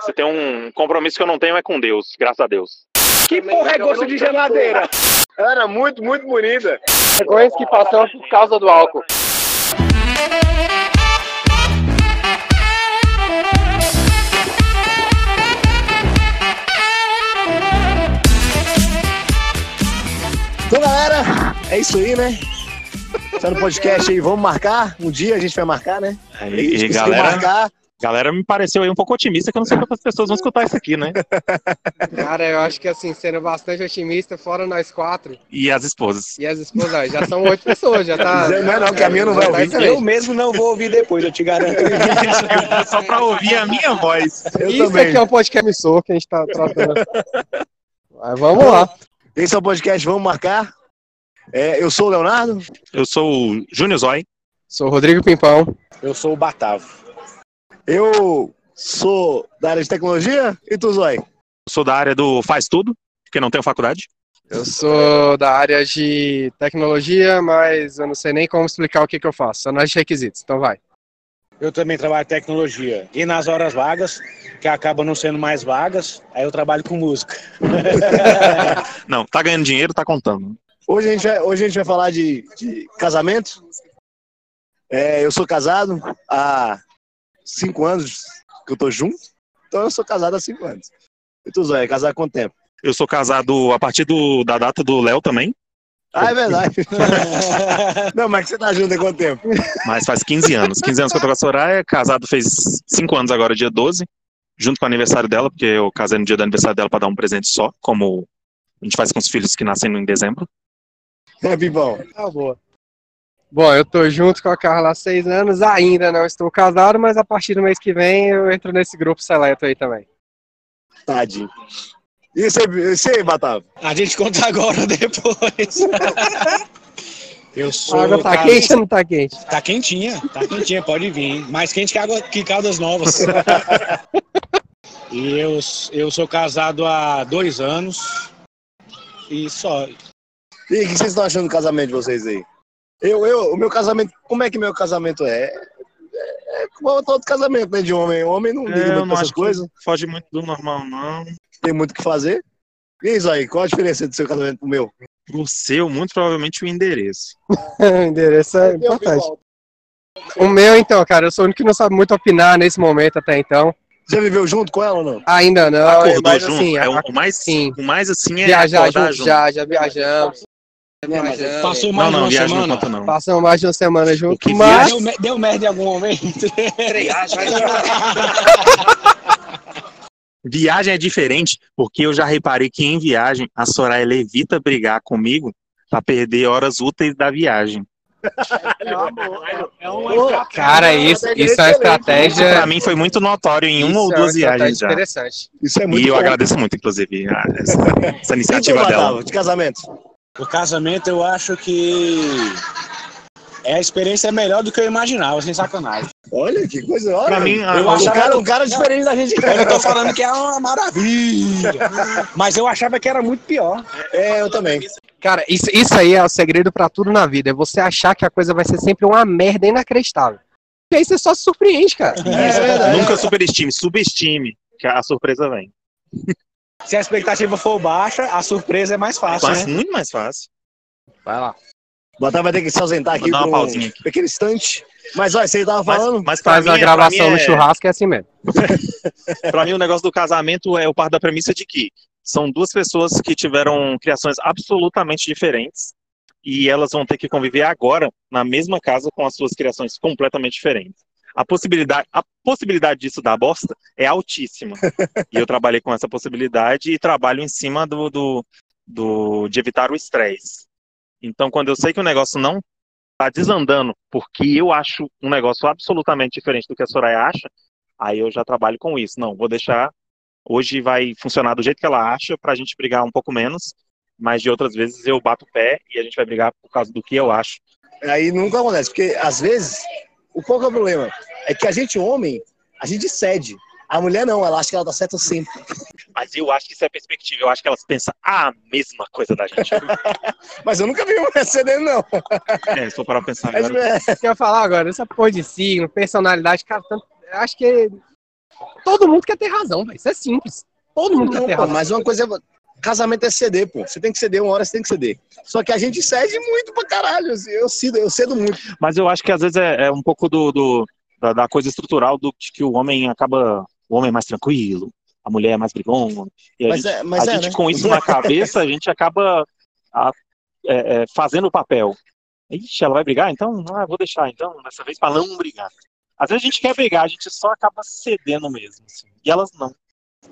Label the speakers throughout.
Speaker 1: Você tem um compromisso que eu não tenho é com Deus, graças a Deus.
Speaker 2: Que porra é gosto de geladeira?
Speaker 3: Era muito, muito bonita.
Speaker 4: Vergonhas que passamos por causa do álcool.
Speaker 5: Então, galera, é isso aí, né? Tá no podcast aí, vamos marcar? Um dia a gente vai marcar, né?
Speaker 1: E,
Speaker 5: A gente
Speaker 1: e
Speaker 5: conseguiu
Speaker 1: galera,
Speaker 5: marcar.
Speaker 1: galera me pareceu aí um pouco otimista, que eu não sei quantas pessoas vão escutar isso aqui, né?
Speaker 2: Cara, eu acho que assim, sendo bastante otimista, fora nós quatro
Speaker 1: E as esposas.
Speaker 2: e as esposas, ó, já são oito pessoas, já tá.
Speaker 5: Não é não, que a minha não vai
Speaker 2: já tá
Speaker 5: ouvir.
Speaker 2: excelente.
Speaker 5: Eu mesmo não vou ouvir depois, eu te garanto.
Speaker 1: É só pra ouvir a minha voz.
Speaker 5: Eu
Speaker 2: Isso
Speaker 5: também.
Speaker 2: aqui é um podcast emissor que a gente tá tratando. Mas vamos lá.
Speaker 5: Esse é o podcast, vamos marcar. É, eu sou o Leonardo.
Speaker 1: Eu sou o Júnior Zói.
Speaker 2: Sou o Rodrigo Pimpão.
Speaker 3: Eu sou o Batavo.
Speaker 5: Eu sou da área de tecnologia. E tu, Zói?
Speaker 1: Sou da área do faz tudo, porque não tenho faculdade.
Speaker 2: Eu sou da área de tecnologia, mas eu não sei nem como explicar o que, que eu faço. Só nas requisitos, então vai.
Speaker 3: Eu também trabalho em tecnologia. E nas horas vagas, que acabam não sendo mais vagas, aí eu trabalho com música.
Speaker 1: Não, tá ganhando dinheiro, tá contando.
Speaker 5: Hoje a gente vai, hoje a gente vai falar de, de casamento. É, eu sou casado há cinco anos que eu tô junto. Então eu sou casado há cinco anos. E tu, Zói, casado há quanto tempo?
Speaker 1: Eu sou casado a partir do- da data do Léo também,
Speaker 5: Ah, é verdade. Não, mas que você tá junto há quanto tempo?
Speaker 1: mas faz 15 anos. 15 anos que eu tô com a Soraya, casado fez 5 anos agora, dia 12, junto com o aniversário dela, porque eu casei no dia do aniversário dela pra dar um presente só, como a gente faz com os filhos que nascem em dezembro.
Speaker 5: É, Bibão.
Speaker 2: Tá boa. Bom, eu tô junto com a Carla há seis anos, ainda não estou casado, mas a partir do mês que vem eu entro nesse grupo seleto aí também.
Speaker 5: Tadinho. E você, e você Batavo?
Speaker 3: A gente conta agora ou depois. Eu sou.
Speaker 2: A água tá
Speaker 3: cas-
Speaker 2: quente ou não tá quente?
Speaker 3: Tá quentinha, tá quentinha, pode vir. Mais quente que, água, que Caldas Novas. e eu, eu sou casado há dois anos. E só.
Speaker 5: E o que vocês estão achando do casamento de vocês aí? Eu, eu, o meu casamento, como é que meu casamento é? É, é como todo casamento, né, de homem. Homem
Speaker 1: É,
Speaker 5: não liga muito pra essas coisas,
Speaker 1: foge muito do normal, não.
Speaker 5: tem muito o que fazer. E é isso aí, qual a diferença do seu casamento pro meu?
Speaker 1: O seu, muito provavelmente, o endereço.
Speaker 2: o endereço é
Speaker 5: um
Speaker 2: importante. O meu, então, cara, eu sou o único que não sabe muito opinar nesse momento até então.
Speaker 5: Já viveu junto com ela ou não?
Speaker 2: Ainda não,
Speaker 1: Acordou
Speaker 2: mas
Speaker 1: junto.
Speaker 2: assim,
Speaker 1: é
Speaker 2: a-
Speaker 1: o, o mais,
Speaker 2: sim.
Speaker 1: o mais assim é
Speaker 2: viajar
Speaker 1: acordar
Speaker 2: junto, já, já viajamos. Já
Speaker 5: É.
Speaker 2: viajamos.
Speaker 1: Não,
Speaker 3: Passou mais de
Speaker 1: não,
Speaker 3: uma
Speaker 1: viagem não
Speaker 3: semana.
Speaker 1: conta, não.
Speaker 2: Passamos mais de uma semana junto,
Speaker 1: que é um
Speaker 2: mas...
Speaker 3: Deu, me- deu merda em algum momento?
Speaker 1: Viagem é diferente, porque eu já reparei que em viagem a Soraya ela evita brigar comigo pra perder horas úteis da viagem.
Speaker 3: É uma
Speaker 5: Ô,
Speaker 2: Cara, isso,
Speaker 5: estratégia né?
Speaker 2: isso é uma
Speaker 5: excelente.
Speaker 1: Isso
Speaker 2: estratégia...
Speaker 1: pra mim foi muito notório em uma
Speaker 2: isso
Speaker 1: ou
Speaker 2: é uma
Speaker 1: duas viagens
Speaker 2: estratégia
Speaker 1: já.
Speaker 2: interessante.
Speaker 5: Isso é muito
Speaker 1: E eu
Speaker 5: bom.
Speaker 1: agradeço muito, inclusive, a- essa, essa
Speaker 5: E tu,
Speaker 1: iniciativa dela.
Speaker 5: Batavo, de casamento?
Speaker 3: O casamento eu acho que. É a experiência melhor do que eu imaginava, sem sacanagem.
Speaker 5: Olha que coisa, olha.
Speaker 1: Pra mim, a-
Speaker 5: eu
Speaker 1: o
Speaker 5: achava um cara,
Speaker 3: cara-
Speaker 5: um cara diferente da gente.
Speaker 3: Eu não tô falando que é uma maravilha, mas eu achava que era muito pior.
Speaker 5: É, eu também.
Speaker 2: Cara, isso, isso aí é o segredo pra tudo na vida. É você achar que a coisa vai ser sempre uma merda inacreditável. E aí você só se surpreende, cara.
Speaker 5: É verdade.
Speaker 1: Nunca superestime, subestime, que a surpresa vem.
Speaker 3: Se a expectativa for baixa, a surpresa é mais fácil,
Speaker 1: Fácil,
Speaker 3: né?
Speaker 1: muito mais fácil.
Speaker 2: Vai lá.
Speaker 5: Batavo vai ter que se
Speaker 3: É
Speaker 5: ausentar aqui
Speaker 1: Vou dar uma
Speaker 5: por um
Speaker 1: pausinha aqui.
Speaker 5: pequeno instante. Mas olha, você tava
Speaker 1: Mas,
Speaker 5: falando.
Speaker 1: mas pra
Speaker 2: Faz
Speaker 1: mim,
Speaker 2: a
Speaker 1: é- pra
Speaker 2: gravação
Speaker 1: mim
Speaker 2: no
Speaker 1: é-
Speaker 2: churrasco é assim mesmo.
Speaker 1: Pra mim, o negócio do casamento é o par da premissa de que são duas pessoas que tiveram criações absolutamente diferentes e elas vão ter que conviver agora na mesma casa com as suas criações completamente diferentes. A possibilidade, a possibilidade disso dar bosta é altíssima. E eu trabalhei com essa possibilidade e trabalho em cima do, do, do- de evitar o estresse. Então, quando eu sei que o negócio não tá desandando porque eu acho um negócio absolutamente diferente do que a Soraya acha, Aí eu já trabalho com isso. Não, vou deixar. Hoje vai funcionar do jeito que ela acha, pra gente brigar um pouco menos. Mas de outras vezes eu bato o pé e a gente vai brigar por causa do que eu acho.
Speaker 5: Aí nunca acontece, porque às vezes, o qual que é o problema? É que a gente, homem, a gente cede. A mulher não, ela acha que ela tá certa sempre.
Speaker 1: Mas eu acho que isso é perspectiva. Eu acho que elas pensam a mesma coisa da gente.
Speaker 5: Mas eu nunca vi uma cedendo, não.
Speaker 1: é, se for parar pra pensar
Speaker 5: Mas,
Speaker 1: agora.
Speaker 5: é,
Speaker 2: Quer falar agora? Essa porra de signo, personalidade, cara, tanto- eu acho que Todo mundo quer ter razão, velho. Isso é simples. Todo mundo quer ter
Speaker 5: Não, pô,
Speaker 2: razão.
Speaker 5: mas uma coisa é. Casamento é ceder, pô. Você tem que ceder, uma hora você tem que ceder. Só que a gente cede muito pra caralho. assim, Eu cedo, eu cedo muito.
Speaker 1: Mas eu acho que às vezes é, é um pouco do, do- da, da coisa estrutural do de que o homem acaba. O homem é mais tranquilo, a mulher é mais brigona. E a
Speaker 5: Mas
Speaker 1: gente,
Speaker 5: é, mas
Speaker 1: a
Speaker 5: é,
Speaker 1: gente
Speaker 5: né?
Speaker 1: com isso na cabeça, a gente acaba a- é, é, fazendo o papel. Ixi, ela vai brigar? Então, ah, vou deixar então, dessa vez pra não brigar. Às vezes a gente quer brigar, a gente só acaba cedendo mesmo. assim. E elas não.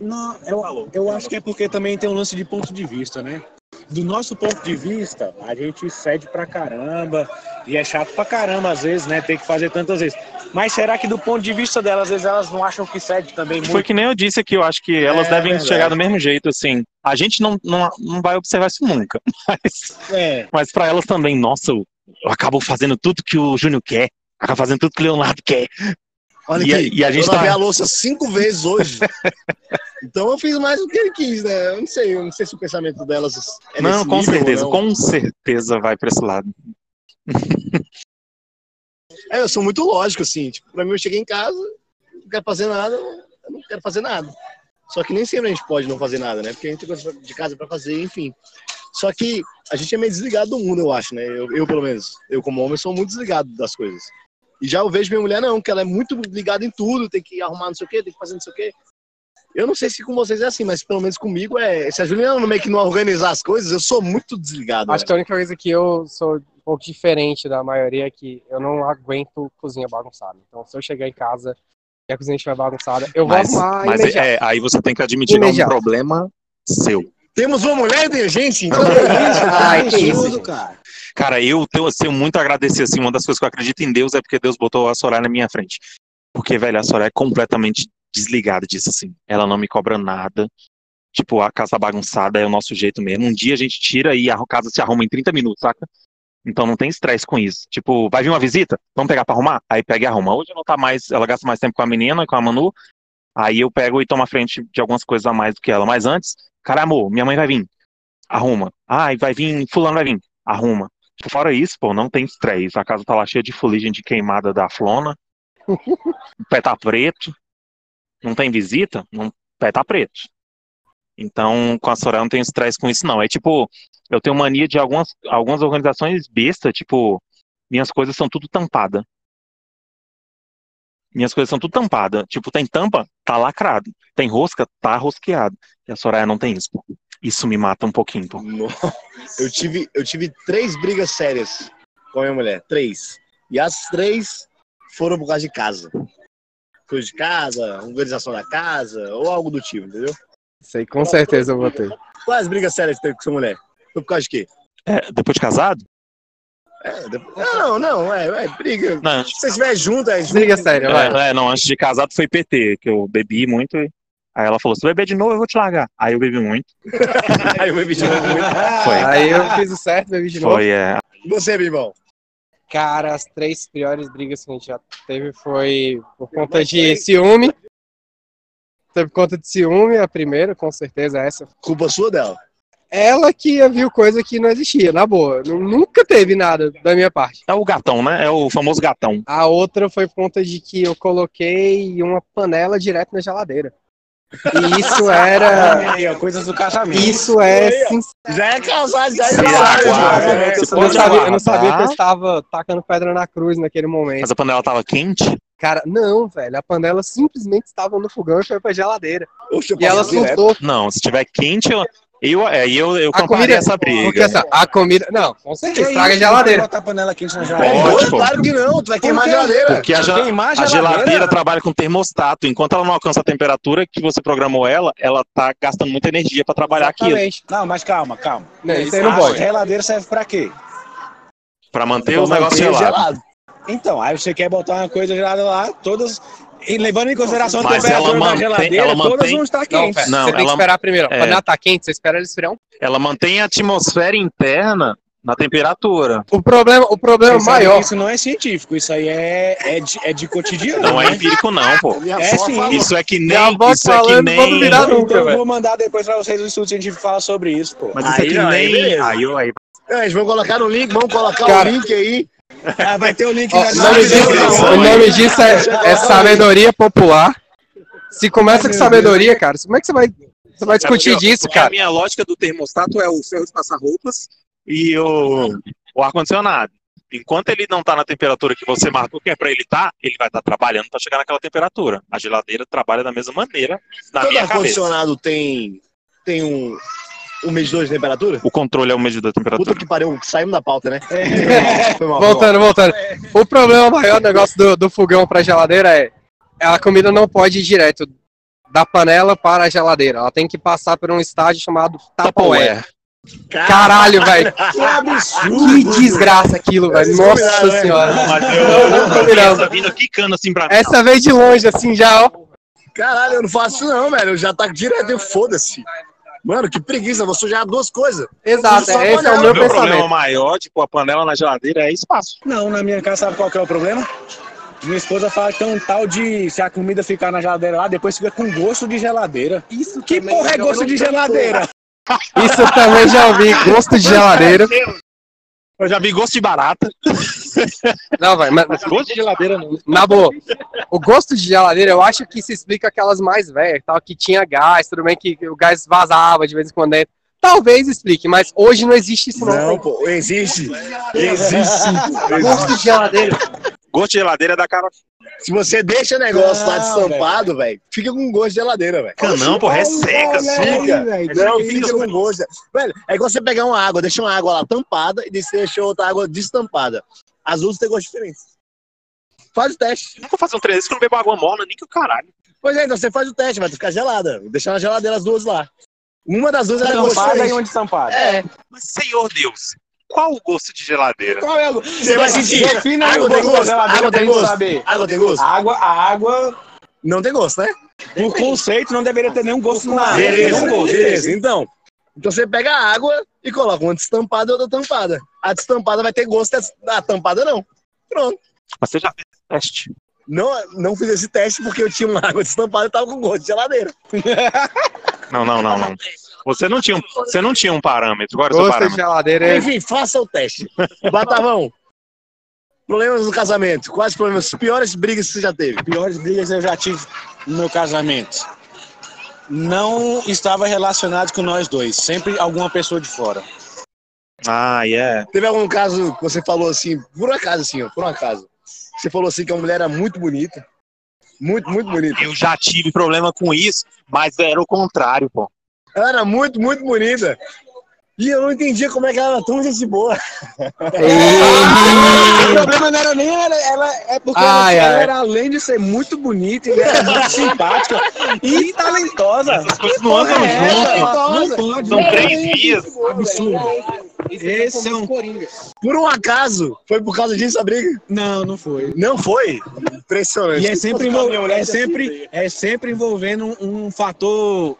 Speaker 3: Não, eu, eu acho que é porque também tem um lance de ponto de vista, né? Do nosso ponto de vista, a gente cede pra caramba e é chato pra caramba às vezes, né? Tem que fazer tantas vezes. Mas será que do ponto de vista delas, às vezes elas não acham que cede também
Speaker 1: Foi
Speaker 3: muito?
Speaker 1: que nem eu disse aqui, eu acho que elas
Speaker 5: É
Speaker 1: devem
Speaker 5: verdade.
Speaker 1: chegar do mesmo jeito, assim. A gente não, não, não vai observar isso nunca. Mas
Speaker 3: É,
Speaker 1: Mas pra elas também, nossa, eu, eu acabo fazendo tudo que o Júnior quer, acabo fazendo tudo que o Leonardo quer.
Speaker 5: Olha
Speaker 1: E a-
Speaker 5: aqui,
Speaker 1: e a gente
Speaker 5: eu
Speaker 1: tá-
Speaker 5: lavei a louça cinco vezes hoje. então eu fiz mais do que ele quis, né? Eu não sei, eu não sei se o pensamento delas é
Speaker 1: não,
Speaker 5: nesse
Speaker 1: com
Speaker 5: nível ou
Speaker 1: certeza,
Speaker 5: não.
Speaker 1: com certeza vai pra esse lado.
Speaker 5: É, eu sou muito lógico, assim. Tipo, pra mim, eu cheguei em casa, não quero fazer nada, eu não quero fazer nada. Só que nem sempre a gente pode não fazer nada, né? Porque a gente tem coisa de casa pra fazer, enfim. Só que a gente é meio desligado do mundo, eu acho, né? Eu, eu, pelo menos. Eu, como homem, sou muito desligado das coisas. E já eu vejo minha mulher, não, que ela é muito ligada em tudo, tem que arrumar não sei o quê, tem que fazer não sei o quê. Eu não sei se com vocês é assim, mas pelo menos comigo é. Se a Juliana não meio que não organizar as coisas, eu sou muito desligado. né?
Speaker 2: Acho
Speaker 5: Acho
Speaker 2: que a única coisa que eu sou um pouco diferente da maioria é que eu não aguento cozinha bagunçada. Então, se eu chegar em casa e a cozinha estiver bagunçada, eu vou
Speaker 1: Mas,
Speaker 2: arrumar
Speaker 1: mas
Speaker 2: imediato.
Speaker 1: é, aí você tem que admitir que é um
Speaker 2: Imediato.
Speaker 1: problema seu.
Speaker 5: Temos uma mulher inteligente, então.
Speaker 2: Ai,
Speaker 3: Tá
Speaker 2: que isso,
Speaker 5: Ajudo,
Speaker 2: gente.
Speaker 5: cara.
Speaker 1: Cara, eu tenho assim, muito a agradecer, assim, uma das coisas que eu acredito em Deus é porque Deus botou a Soraya na minha frente. Porque, velho, a Soraya é completamente desligada disso, assim. Ela não me cobra nada. Tipo, a casa tá bagunçada é o nosso jeito mesmo. Um dia a gente tira e a casa se arruma em 30 minutos, saca? Então não tem estresse com isso. Tipo, vai vir uma visita? Vamos pegar pra arrumar? Aí pega e arruma. Hoje não tá mais, ela gasta mais tempo com a menina, com a Manu. Aí eu pego e tomo a frente de algumas coisas a mais do que ela. Mas antes, cara, amor, minha mãe vai vir. Arruma. Ai, vai vir, fulano vai vir. Arruma. Tipo, fora isso, pô, não tem estresse. A casa tá lá cheia de fuligem de queimada da flona. o pé tá preto. Não tem visita? Não, o pé tá preto. Então, com a Soraya eu não tenho estresse com isso, não. É tipo, eu tenho mania de algumas, algumas organizações besta, tipo, minhas coisas são tudo tampada. Minhas coisas são tudo tampada. Tipo, tem tampa, tá lacrado. Tem rosca, tá rosqueado. E a Soraya não tem isso, pô. Isso me mata um pouquinho, pô.
Speaker 5: No- Eu tive, eu tive três brigas sérias com a minha mulher. Três. E as três foram por causa de casa. Coisa de casa, organização da casa, ou algo do tipo, entendeu?
Speaker 2: é- Isso aí, com certeza eu vou ter.
Speaker 5: Quais as brigas sérias que teve com sua mulher? Foi por causa de quê?
Speaker 1: É, depois de casado?
Speaker 5: É, depois- Não, não, é, é briga.
Speaker 1: Não,
Speaker 5: Se você estiver junto, é junto.
Speaker 2: Liga sério, vai.
Speaker 1: É, é, não, antes de casado foi PT, que eu bebi muito. e- Aí ela falou: se beber de novo, eu vou te largar. Aí eu bebi muito.
Speaker 5: Aí eu bebi de novo.
Speaker 3: Ah,
Speaker 1: Foi.
Speaker 2: Aí eu fiz o certo, bebi de novo.
Speaker 1: Foi, é.
Speaker 5: Você, meu irmão.
Speaker 2: Cara, as três piores brigas que a gente já teve foi por conta de ciúme. Teve conta de ciúme, a primeira, com certeza, essa.
Speaker 5: Culpa sua ou dela.
Speaker 2: Ela que viu coisa que não existia, na boa. Nu- Nunca teve nada da minha parte.
Speaker 1: É o gatão, né? É o famoso gatão.
Speaker 2: A outra foi por conta de que eu coloquei uma panela direto na geladeira. E isso era.
Speaker 3: aí, ó, coisas do casamento.
Speaker 2: Isso é. sin-
Speaker 5: Já é casado, já é
Speaker 1: Se
Speaker 5: casado.
Speaker 1: aguarda, se
Speaker 5: já é
Speaker 2: Eu não
Speaker 5: casado.
Speaker 1: pode
Speaker 2: sabia, eu não sabia que eu
Speaker 1: aguardar.
Speaker 2: estava tacando pedra na cruz naquele momento.
Speaker 1: Mas a panela tava quente.
Speaker 2: Cara, não, velho. A panela simplesmente estava no fogão e foi pra geladeira.
Speaker 5: Oxe, eu é.
Speaker 2: E ela
Speaker 5: passo direto.
Speaker 2: surtou.
Speaker 1: Não, se tiver quente, eu, eu, é, eu, eu
Speaker 2: A
Speaker 1: compraria
Speaker 2: comida.
Speaker 1: essa
Speaker 2: Porque
Speaker 1: briga.
Speaker 2: assim, a comida. Não, com
Speaker 3: Que
Speaker 2: certeza.
Speaker 3: isso,
Speaker 2: Estraga a
Speaker 3: não
Speaker 2: geladeira.
Speaker 3: vai botar panela quente na
Speaker 5: É
Speaker 3: geladeira.
Speaker 1: Pode.
Speaker 5: doido, Claro que não, tu vai queimar a
Speaker 3: quê?
Speaker 5: geladeira.
Speaker 1: Porque a, ge-
Speaker 3: Queimar
Speaker 1: a geladeira trabalha com termostato. Enquanto ela não alcança a temperatura que você programou ela, ela tá gastando muita energia pra trabalhar aquilo.
Speaker 2: Exatamente.
Speaker 3: Não, mas calma, calma.
Speaker 2: Não, isso aí não
Speaker 3: a
Speaker 2: pode.
Speaker 3: geladeira serve pra quê?
Speaker 1: Pra manter os
Speaker 5: Pra
Speaker 1: negócios
Speaker 5: manter
Speaker 1: gelados.
Speaker 3: Então, aí você quer botar uma coisa gelada lá, todas. E levando em consideração a
Speaker 1: Mas
Speaker 3: temperatura
Speaker 1: ela
Speaker 3: da
Speaker 1: mantém-
Speaker 3: geladeira,
Speaker 1: ela
Speaker 3: todas
Speaker 1: mantém-
Speaker 3: vão estar
Speaker 2: Não,
Speaker 3: quentes.
Speaker 2: velho.
Speaker 1: Não,
Speaker 2: você tem
Speaker 1: ela-
Speaker 2: que esperar primeiro.
Speaker 1: é.
Speaker 2: Quando ela tá quente, você espera ela esfriar um
Speaker 1: Ela mantém a atmosfera interna na temperatura.
Speaker 2: O problema, o problema
Speaker 3: Você sabe que
Speaker 2: maior.
Speaker 3: Isso não é científico, isso aí é, é, de, é de cotidiano.
Speaker 1: Não é
Speaker 3: né?
Speaker 1: empírico, não, pô.
Speaker 5: Minha
Speaker 3: É
Speaker 5: avó
Speaker 3: sim.
Speaker 5: falou.
Speaker 1: Isso é que nem.
Speaker 2: Minha avó
Speaker 1: isso é que
Speaker 2: falando,
Speaker 1: nem.
Speaker 2: vamos virar
Speaker 3: Então,
Speaker 2: nunca,
Speaker 3: eu
Speaker 2: velho.
Speaker 3: vou mandar depois pra vocês o estudo científico falar sobre isso, pô.
Speaker 1: Mas isso
Speaker 5: Aí
Speaker 1: é que
Speaker 5: não, aí
Speaker 1: nem.
Speaker 5: beleza.
Speaker 1: Aí, eu- aí,
Speaker 5: É, eles vão colocar no link, vamos colocar
Speaker 2: Cara.
Speaker 5: o link aí.
Speaker 3: Ah, vai ter o link
Speaker 2: Ó,
Speaker 3: na
Speaker 2: o nome
Speaker 5: Não,
Speaker 2: disso,
Speaker 5: não,
Speaker 2: o
Speaker 5: não,
Speaker 2: nome disso é, é sabedoria popular. Se começa com sabedoria, cara, como é que você vai, você vai discutir
Speaker 1: porque, ó,
Speaker 2: disso,
Speaker 1: porque A
Speaker 2: cara?
Speaker 1: minha lógica do termostato é o ferro de passar roupas e o, o ar-condicionado. Enquanto ele não tá na temperatura que você marcou que é pra ele estar, ele vai estar trabalhando pra chegar naquela temperatura. A geladeira trabalha da mesma maneira na
Speaker 5: Todo
Speaker 1: minha cabeça.
Speaker 5: ar-condicionado tem, tem um, um medidor de temperatura?
Speaker 1: O controle é o medidor da temperatura.
Speaker 5: Puta que pariu, saímos da pauta, né?
Speaker 3: É.
Speaker 5: Foi mal, foi mal.
Speaker 2: Voltando, voltando. O problema maior do negócio do, do fogão pra geladeira é a comida não pode ir direto da panela para a geladeira. Ela tem que passar por um estágio chamado Tupperware. Caralho, velho.
Speaker 3: Que absurdo! é
Speaker 2: Que desgraça aquilo, velho.
Speaker 5: Eles
Speaker 2: Nossa
Speaker 5: combinaram, né?
Speaker 2: senhora.
Speaker 1: Mateus,
Speaker 2: Não, não, não.
Speaker 1: essa vindo quicando assim pra mim.
Speaker 2: Essa veio de longe, assim, já, ó.
Speaker 5: Caralho, eu não faço isso não, velho. Eu já tá direto e foda-se. Mano, que preguiça, vou sujar duas coisas.
Speaker 2: Exato,
Speaker 5: Só
Speaker 2: esse é o
Speaker 5: olhar.
Speaker 1: O
Speaker 2: meu
Speaker 1: meu problema
Speaker 2: pensamento.
Speaker 1: maior de pôr a panela na geladeira é espaço.
Speaker 3: Não, na minha casa sabe qual que é o problema? Minha esposa fala que é um tal de se a comida ficar na geladeira lá, depois fica com gosto de geladeira. Isso que porra é gosto de geladeira?
Speaker 2: Isso eu também já ouvi. Gosto de geladeira.
Speaker 1: Eu já vi gosto de barata.
Speaker 2: Não, velho, mas
Speaker 1: Gosto de geladeira não.
Speaker 2: na boa. O gosto de geladeira, eu acho que se explica aquelas mais velhas, tal, que tinha gás, tudo bem que o gás vazava de vez em quando dentro. Talvez explique, mas hoje não existe isso não.
Speaker 5: Não, pô, existe. Existe.
Speaker 2: Gosto de geladeira.
Speaker 1: Gosto de geladeira é da cara.
Speaker 5: Se você deixa o negócio lá
Speaker 3: Não,
Speaker 5: destampado, velho, fica com gosto de geladeira, velho.
Speaker 1: Não, porra, é seca,
Speaker 3: Olha
Speaker 1: assim.
Speaker 3: aí,
Speaker 5: Fica.
Speaker 3: é, velho,
Speaker 5: Não,
Speaker 3: que
Speaker 5: fica
Speaker 3: isso.
Speaker 5: com gosto. de- Velho, é igual você pegar uma água, deixar uma água lá tampada e deixar outra água destampada. As duas têm gosto diferente. Faz o teste.
Speaker 1: Nunca vou fazer um trem desse que eu não bebo água morna, nem que o caralho.
Speaker 5: Pois é, então você faz o teste, vai ficar gelada. Deixar na geladeira as duas lá. Uma das duas é gosto
Speaker 3: Tampada e
Speaker 5: diferente.
Speaker 3: onde tampada.
Speaker 5: É,
Speaker 1: Mas, senhor Deus, qual o gosto de geladeira?
Speaker 3: Qual é o
Speaker 5: Você vai sentir.
Speaker 3: Defina aí
Speaker 5: Água
Speaker 3: o
Speaker 5: tem
Speaker 3: gosto da
Speaker 5: gosto?
Speaker 3: geladeira
Speaker 5: Água
Speaker 3: pra
Speaker 5: tem
Speaker 3: gente
Speaker 5: gosto?
Speaker 3: saber.
Speaker 5: água tem gosto?
Speaker 3: A água, a água,
Speaker 5: Não tem gosto, né?
Speaker 3: por conceito, não deveria ter nenhum gosto na água.
Speaker 5: Beleza,
Speaker 3: nenhum gosto.
Speaker 5: beleza. Então, então você pega a água e coloca uma destampada e outra tampada. A destampada vai ter gosto, da tampada não. Pronto.
Speaker 1: Mas você já fez esse teste?
Speaker 5: Não, não fiz esse teste porque eu tinha uma água destampada e tava com gosto de geladeira.
Speaker 1: Não, não, não, não. Você não tinha um, você não tinha um parâmetro. Agora seu
Speaker 2: Gosto de
Speaker 1: parâmetro.
Speaker 2: geladeira.
Speaker 5: Enfim, faça o teste. Batavão. Problemas no casamento. Quais problemas? Piores brigas que você já teve?
Speaker 3: piores brigas eu já tive no meu casamento. Não estava relacionado com nós dois, sempre alguma pessoa de fora.
Speaker 1: Ah, yeah.
Speaker 5: Teve algum caso que você falou assim, por um acaso, assim, ó, por um acaso. Você falou assim que a mulher era muito bonita. Muito, muito bonita.
Speaker 1: Eu já tive problema com isso, mas era o contrário, pô.
Speaker 5: Ela era muito, muito bonita. E eu não entendia como é que ela era tão gente boa.
Speaker 3: O problema não era nem ela, ela é porque ela-
Speaker 2: Ai,
Speaker 3: ela,
Speaker 2: ai.
Speaker 3: era além de ser muito bonita, e era muito simpática e talentosa.
Speaker 1: Essas coisas não andam
Speaker 3: É,
Speaker 1: juntas.
Speaker 3: talentosa. Não pode, né?
Speaker 1: São
Speaker 3: não.
Speaker 1: três dias.
Speaker 3: Absurdo. Esse é um.
Speaker 5: Por um acaso, foi por causa disso a briga?
Speaker 3: Não, não foi.
Speaker 5: Não foi. Impressionante.
Speaker 3: E é sempre, envol- é sempre, é sempre envolvendo um, um fator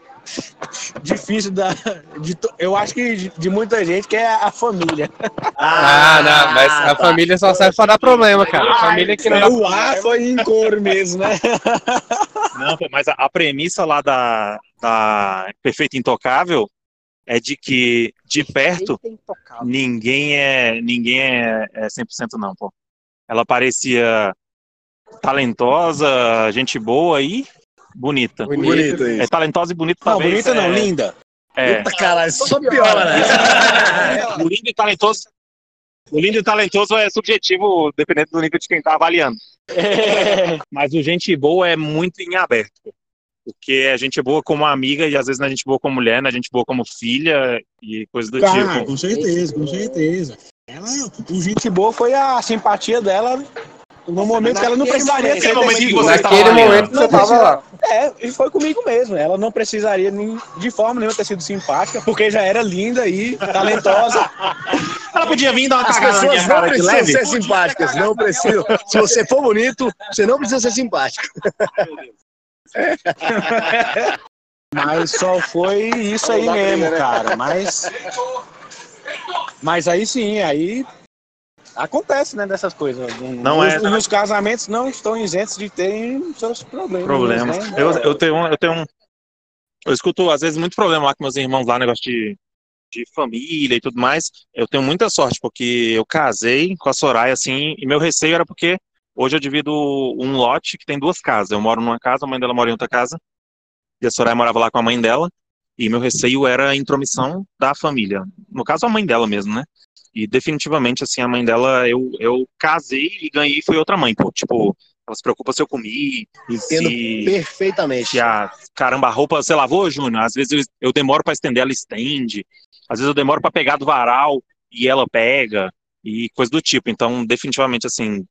Speaker 3: difícil da, de to- eu acho que de, de muita gente, que é a família.
Speaker 2: Ah, não, mas a
Speaker 5: tá.
Speaker 2: família só serve pra dar problema, cara. A família que não dá
Speaker 3: É o ar foi em cor mesmo, né?
Speaker 1: Não, pô, mas a, a premissa lá da, da Perfeito Intocável é de que de perto ninguém é ninguém é, é 100% não, pô. Ela parecia talentosa, gente boa e bonita.
Speaker 2: bonito.
Speaker 5: Bonito
Speaker 1: É
Speaker 5: isso.
Speaker 1: talentosa e bonita
Speaker 3: Não,
Speaker 1: talvez.
Speaker 3: bonita
Speaker 1: é,
Speaker 3: não, linda.
Speaker 1: É.
Speaker 5: Puta caralho, só piora, né?
Speaker 1: O lindo e talentoso. O lindo e talentoso é subjetivo, dependendo do nível de quem tá avaliando.
Speaker 5: É.
Speaker 1: Mas o gente boa é muito em aberto. Porque a gente boa como amiga e às vezes a gente boa como mulher, a gente boa como filha e coisa do tipo.
Speaker 3: com certeza, com certeza. Ela, o gente boa foi a simpatia dela no momento que ela não precisaria
Speaker 1: Naquele
Speaker 3: ser
Speaker 1: momento que
Speaker 3: consigo.
Speaker 1: você tava
Speaker 2: Naquele
Speaker 1: lá,
Speaker 2: momento que você
Speaker 3: Não,
Speaker 2: tava lá.
Speaker 3: É, e foi comigo mesmo. Ela não precisaria nem- de forma nenhuma ter sido simpática, porque já era linda e talentosa.
Speaker 1: Ela podia vir dar uma
Speaker 5: As
Speaker 1: cagada na minha
Speaker 5: pessoas não
Speaker 1: cara de
Speaker 5: precisam
Speaker 1: leve.
Speaker 5: ser simpáticas, não precisam. Se você for bonito, você não precisa ser simpático.
Speaker 3: Mas só foi isso aí mesmo,
Speaker 2: né?
Speaker 3: cara. Mas. Mas aí sim, aí. Acontece, né, dessas coisas.
Speaker 1: Não
Speaker 3: os,
Speaker 1: é-
Speaker 3: Os casamentos não estão isentos de terem seus problemas.
Speaker 1: Problemas.
Speaker 3: né?
Speaker 1: Eu, eu tenho um, eu tenho um. Eu escuto, às vezes, muito problema lá com meus irmãos lá, negócio de, de família e tudo mais. Eu tenho muita sorte, porque eu casei com a Soraya, assim, e meu receio era porque Hoje eu divido um lote que tem duas casas. Eu moro numa casa, a mãe dela mora em outra casa. E a Soraya morava lá com a mãe dela. E meu receio era a intromissão da família. No caso, a mãe dela mesmo, né? E definitivamente, assim, a mãe dela, eu, eu casei e ganhei foi outra mãe, pô. Tipo, ela se preocupa se eu comi, e
Speaker 5: Entendo
Speaker 1: se,
Speaker 5: perfeitamente.
Speaker 1: se a caramba, a roupa, você lavou, Júnior? Às vezes eu, eu demoro pra estender, ela estende. Às vezes eu demoro pra pegar do varal e ela pega, e coisa do tipo. Então, definitivamente, assim,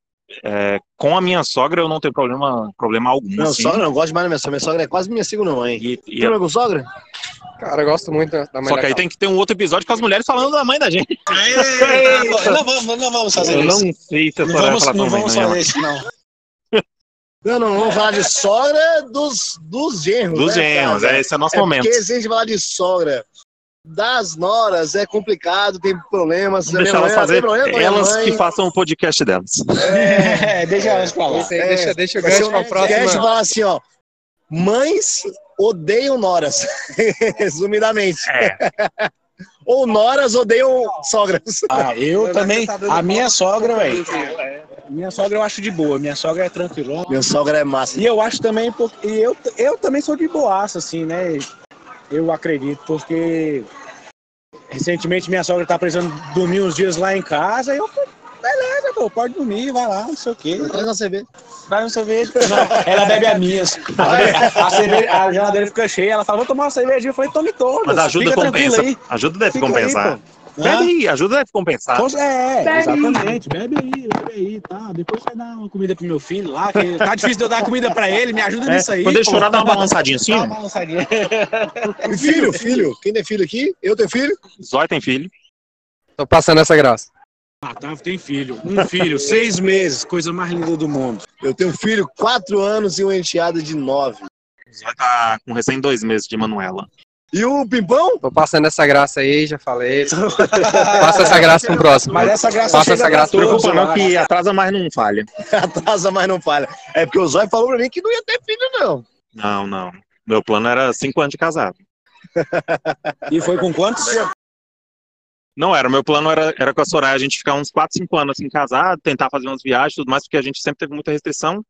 Speaker 1: é, com a minha sogra eu não tenho problema, problema algum.
Speaker 5: Não,
Speaker 1: assim.
Speaker 5: sogra não gosto demais da minha sogra. Minha sogra é quase minha segunda mãe.
Speaker 1: E- e
Speaker 5: Tem problema com sogra?
Speaker 2: Cara, eu gosto muito da mãe
Speaker 1: Só que aí tem que ter um outro episódio com as mulheres falando da mãe da gente.
Speaker 3: Não vamos, não vamos fazer
Speaker 1: Eu não
Speaker 3: isso.
Speaker 1: sei se a
Speaker 3: Não
Speaker 1: senhora vai
Speaker 3: vamos,
Speaker 1: falar
Speaker 3: não
Speaker 1: também, né?
Speaker 3: vamos fazer isso, não.
Speaker 5: Não, não, vamos falar de sogra dos, dos genros.
Speaker 1: Dos
Speaker 5: né, cara?
Speaker 1: genros, é, esse é o nosso
Speaker 5: É
Speaker 1: momento.
Speaker 5: porque se a gente falar de sogra das noras, é complicado, tem problemas. é
Speaker 1: Vamos deixar elas fazer, elas que
Speaker 5: falam.
Speaker 1: façam o podcast delas.
Speaker 3: É, deixa elas pra lá.
Speaker 2: Isso aí, deixa, deixa o
Speaker 5: Vai ser
Speaker 2: gancho
Speaker 5: um
Speaker 2: pra
Speaker 5: podcast e
Speaker 2: próxima.
Speaker 5: falar assim, ó. Mães odeiam noras, resumidamente.
Speaker 1: É,
Speaker 5: Ou noras odeiam sogras.
Speaker 3: Ah, eu
Speaker 2: Mas
Speaker 3: também.
Speaker 2: você tá dando
Speaker 3: A minha
Speaker 2: palco
Speaker 3: sogra,
Speaker 2: pra
Speaker 3: velho.
Speaker 2: tudo,
Speaker 3: É. Minha sogra eu acho de boa. Minha sogra é tranquilona.
Speaker 5: Minha sogra é massa.
Speaker 3: E eu acho também, porque e eu, eu também sou de boaça, assim, né? Eu acredito, porque recentemente minha sogra tá precisando dormir uns dias lá em casa, e eu falei, beleza, pô, pode dormir, vai lá, não sei o quê.
Speaker 5: Traz uma cerveja.
Speaker 3: Traz um cerveja. Não, ela bebe a minha. assim. A, cerveja- a geladeira fica cheia, ela fala, vou tomar uma cervejinha. Eu falei, tome todas.
Speaker 1: mas ajuda
Speaker 3: fica tranquila
Speaker 1: compensa.
Speaker 3: aí.
Speaker 1: Ajuda deve
Speaker 3: Fica aí,
Speaker 1: compensar.
Speaker 3: pô. Hã?
Speaker 1: Bebe aí, ajuda deve compensar.
Speaker 3: Com- É, exatamente. Bebe aí, bebe aí, tá? Depois vai dar uma comida pro meu filho lá. que tá difícil de eu dar comida pra ele, me ajuda
Speaker 1: É,
Speaker 3: nisso aí.
Speaker 1: quando ele
Speaker 3: pô.
Speaker 1: chorar, dá uma balançadinha assim.
Speaker 3: Dá uma
Speaker 1: ó.
Speaker 3: balançadinha.
Speaker 5: Um Filho, filho. Quem tem filho aqui? Eu tenho filho?
Speaker 1: Zóia tem filho.
Speaker 2: Tô passando essa graça.
Speaker 3: Otávio Ah, tem filho. Um filho, seis meses, coisa mais linda do mundo.
Speaker 5: Eu tenho um filho, quatro anos e uma enteada de nove.
Speaker 1: Zóia tá com recém dois meses de Manuela.
Speaker 5: E o Pimpão?
Speaker 2: Tô passando essa graça aí, já falei. Passa essa graça pro próximo.
Speaker 3: Mas essa graça
Speaker 2: Passa
Speaker 3: chega
Speaker 2: essa
Speaker 3: pra
Speaker 2: graça,
Speaker 3: todos,
Speaker 1: Preocupa
Speaker 3: eu
Speaker 1: não
Speaker 3: acho.
Speaker 1: que atrasa, mas não falha.
Speaker 5: Atrasa, mas não falha. É porque o Zóio falou pra mim que não ia ter filho, não.
Speaker 1: Não, não. Meu plano era cinco anos de casado.
Speaker 3: E foi com quantos?
Speaker 1: Não era, meu plano era, era com a Soraya a gente ficar uns 4, 5 anos assim casado, tentar fazer umas viagens e tudo mais, porque a gente sempre teve muita restrição,